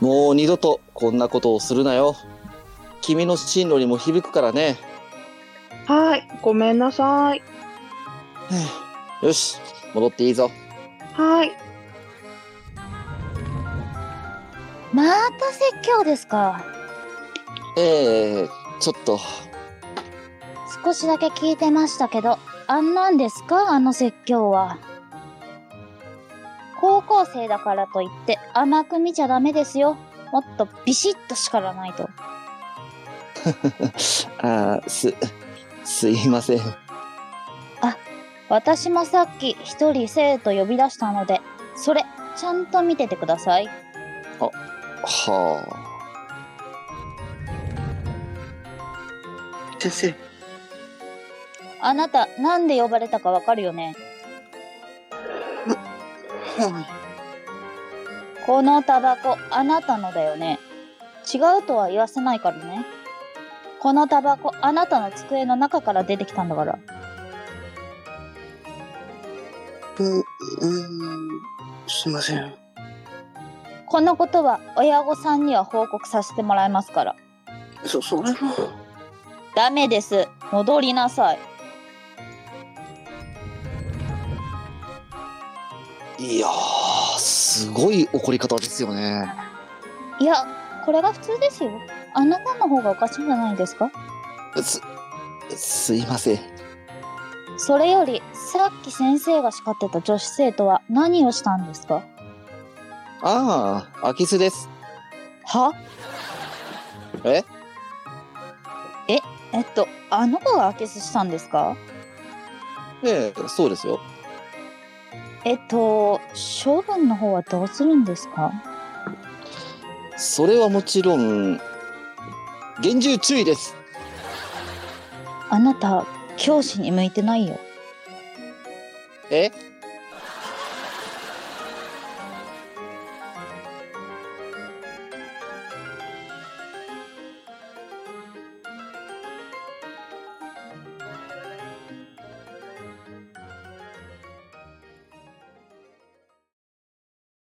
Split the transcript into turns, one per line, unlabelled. もう二度とこんなことをするなよ。君の進路にも響くからね。
はい、ごめんなさい。
よし、戻っていいぞ。
はい。
また説教ですか
ええちょっと。
少しだけ聞いてましたけどあんなんですかあの説教は高校生だからといって甘く見ちゃダメですよもっとビシッと叱らないと
あーす、すいません。
私もさっき一人生徒呼び出したのでそれちゃんと見ててください
は
先生、
あなたなんで呼ばれたかわかるよね
は
このタバコあなたのだよね違うとは言わせないからねこのタバコあなたの机の中から出てきたんだから
い。う、うん、すいません。
このことは親御さんには報告させてもらいますから
そ、それは。
ダメです戻りなさい
あ。いやー、すごい怒り方ですよね。
いやこれが普通ですよあなたの方がおかしいんじゃないですか
す、すいません。
それよりさっき先生が叱ってた女子生徒は何をしたんですか
ああ、空き巣です。
は
え
えっとあの子が空き巣したんですか
ええそうですよ。
えっと処分の方はどうするんですか
それはもちろん、厳重注意です。
あなた教師に向いてないよ
え